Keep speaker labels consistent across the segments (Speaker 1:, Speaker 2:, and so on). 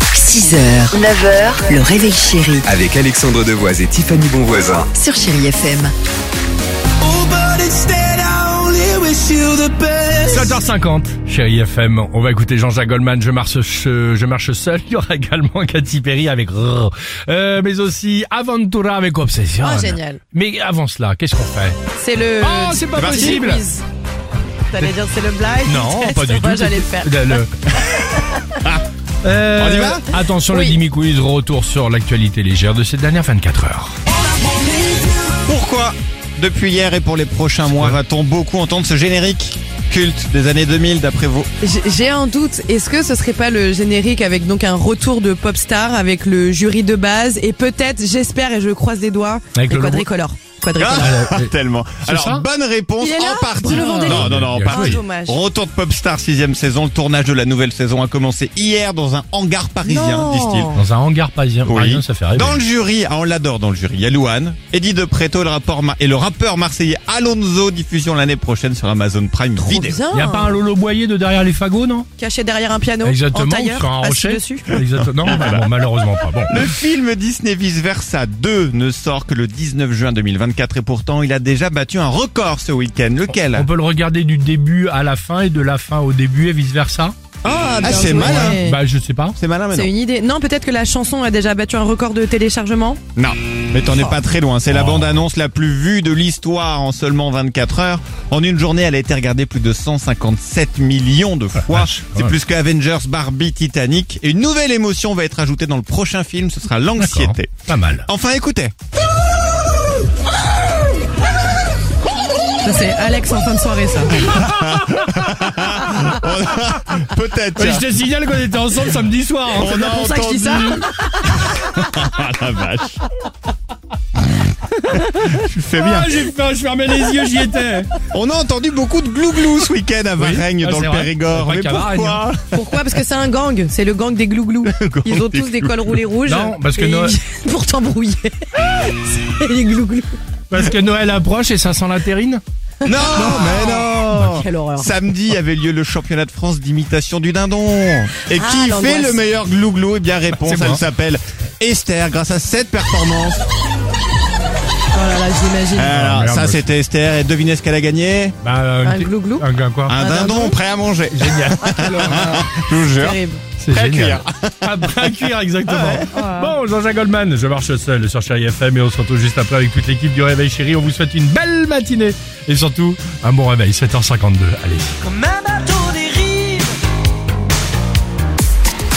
Speaker 1: 6h, 9h, le réveil chéri
Speaker 2: Avec Alexandre Devoise et Tiffany Bonvoisin.
Speaker 1: sur Chéri FM.
Speaker 3: Oh, but instead I only wish you the best.
Speaker 4: 7h50, chérie FM, on va écouter Jean-Jacques Goldman, je marche, je, je marche seul, il y aura également Katy Perry avec Rrr. euh, mais aussi Aventura avec Obsession.
Speaker 5: Ah, génial.
Speaker 4: Mais avant cela, qu'est-ce qu'on fait
Speaker 5: C'est le.
Speaker 4: Oh, c'est pas
Speaker 5: le
Speaker 4: possible.
Speaker 5: quiz. T'allais dire c'est le blind
Speaker 4: Non,
Speaker 5: test.
Speaker 4: pas du
Speaker 5: Moi,
Speaker 4: tout.
Speaker 5: j'allais le faire.
Speaker 4: Le- Euh,
Speaker 2: On y va
Speaker 4: Attention,
Speaker 5: Oui.
Speaker 4: le Dimi Quiz, retour sur l'actualité légère de ces dernières 24 heures.
Speaker 6: Pourquoi, depuis hier et pour les prochains mois, va-t-on beaucoup entendre ce générique culte des années 2000 d'après vous
Speaker 5: J'ai- J'ai un doute. Est-ce que ce serait pas le générique avec donc un retour de Popstar avec le jury de base et peut-être, j'espère et je croise les doigts,
Speaker 4: Avec
Speaker 5: les
Speaker 4: le logo.
Speaker 5: quadricolores. Quadricolores.
Speaker 4: euh,
Speaker 6: Ah, Tellement.
Speaker 4: c'est ça
Speaker 6: Alors, bonne réponse
Speaker 5: Il est là
Speaker 6: en partie.
Speaker 5: Bruno Vandelier
Speaker 6: Non, non, non, en
Speaker 4: Ah,
Speaker 5: Ah,
Speaker 6: partie.
Speaker 5: dommage.
Speaker 6: On retourne Popstar 6 saison. Le tournage de la nouvelle saison a commencé hier dans un hangar parisien,
Speaker 5: Non. Ah,
Speaker 6: disent-ils.
Speaker 4: Dans un hangar parisien,
Speaker 6: Oui.
Speaker 4: parisien, ça fait rêver.
Speaker 6: Dans le jury, ah, on l'adore dans le jury, il y a Louane, Eddie De Preto, le rapport ma- et le rappeur marseillais Alonso, diffusion l'année prochaine sur Amazon Prime
Speaker 5: Trop
Speaker 6: Vidéo.
Speaker 5: bien.
Speaker 4: Il y a pas un Lolo Boyer de derrière les fagots, non
Speaker 5: Caché derrière un piano.
Speaker 4: Exactement,
Speaker 5: En
Speaker 4: sur un
Speaker 5: tailleur, assis
Speaker 4: rocher.
Speaker 5: dessus.
Speaker 4: Exactement. Non, bah, bon, malheureusement pas. Bon.
Speaker 6: Le film Disney Vice Versa 2 ne sort que le 19 juin 2024 et pourtant il a déjà battu un record ce week-end. Lequel
Speaker 4: On peut le regarder du début à la fin et de la fin au début et vice versa.
Speaker 5: Ah, bien
Speaker 6: c'est
Speaker 5: joué.
Speaker 6: malin.
Speaker 5: Ouais.
Speaker 4: Bah je sais pas.
Speaker 6: C'est malin
Speaker 5: C'est
Speaker 6: maintenant.
Speaker 5: une idée. Non, peut-être que la chanson a déjà battu un record de téléchargement.
Speaker 6: Non, mais t'en es pas très loin. C'est la
Speaker 4: Oh.
Speaker 6: bande-annonce la plus vue de l'histoire en seulement 24 heures. En une journée, elle a été regardée plus de 157 millions de fois.
Speaker 4: vache, quand
Speaker 6: C'est
Speaker 4: même.
Speaker 6: plus que Avengers, Barbie, Titanic. Et une nouvelle émotion va être ajoutée dans le prochain film, ce sera l'anxiété.
Speaker 4: Pas mal.
Speaker 6: Enfin, écoutez.
Speaker 5: Ça, c'est Alex en fin de soirée, ça.
Speaker 6: Peut-être.
Speaker 4: je te signale qu'on était ensemble samedi soir. hein.
Speaker 6: On a
Speaker 5: pour ça que je dis
Speaker 6: entendu.
Speaker 5: ça.
Speaker 6: Ah la vache. Tu fais bien.
Speaker 4: Ah, j'ai faim, je fermais les yeux, j'y étais.
Speaker 6: On a entendu beaucoup de glouglou ce week-end à Varennes
Speaker 4: Ah,
Speaker 6: dans
Speaker 4: c'est
Speaker 6: le
Speaker 4: vrai.
Speaker 6: Périgord.
Speaker 4: Pas
Speaker 6: Mais
Speaker 4: qu'à Varennes, hein.
Speaker 6: pourquoi
Speaker 5: Pourquoi Parce que c'est un gang. C'est le gang des glouglous. Ils ont
Speaker 6: des
Speaker 5: tous des cols roulés rouges.
Speaker 4: Non, parce que
Speaker 5: Et ils
Speaker 4: Noël-
Speaker 5: viennent pour t'embrouiller. C'est les glouglous.
Speaker 4: Parce que Noël approche et ça sent la terrine.
Speaker 6: Non,
Speaker 4: Oh.
Speaker 6: mais
Speaker 4: Bah,
Speaker 6: non
Speaker 5: Quelle horreur.
Speaker 6: Samedi avait lieu le championnat de France d'imitation du dindon. Et
Speaker 5: Ah,
Speaker 6: qui fait
Speaker 5: l'angoisse.
Speaker 6: le meilleur glouglou Eh bien réponse,
Speaker 4: C'est moi.
Speaker 6: elle s'appelle Esther grâce à cette performance.
Speaker 5: Oh là là, j'imagine.
Speaker 6: Alors
Speaker 4: Ah, merde,
Speaker 6: ça
Speaker 4: moi
Speaker 6: c'était Esther et devinez ce qu'elle a gagné
Speaker 4: Bah, euh,
Speaker 5: Un
Speaker 4: t-
Speaker 5: glouglou
Speaker 4: Un gars quoi
Speaker 6: Un,
Speaker 5: Un
Speaker 6: dindon,
Speaker 5: dindon
Speaker 6: prêt à manger.
Speaker 4: Génial.
Speaker 6: Je vous jure.
Speaker 5: Ah, Terrible.
Speaker 4: C'est
Speaker 6: Prêt à
Speaker 4: génial. Ah, prêt à cuire, exactement. Bon, Jean-Jacques Goldman, je marche seul sur Chéri FM et on se retrouve juste après avec toute l'équipe du Réveil Chéri. On vous souhaite une belle matinée et surtout un bon réveil, 7h52. Allez.
Speaker 3: Comme un bateau dérive.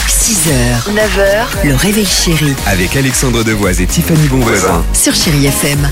Speaker 1: 6h, 9h, le réveil chéri
Speaker 2: Avec Alexandre Devoise et Tiffany Bonvoisin.
Speaker 1: sur Chéri FM.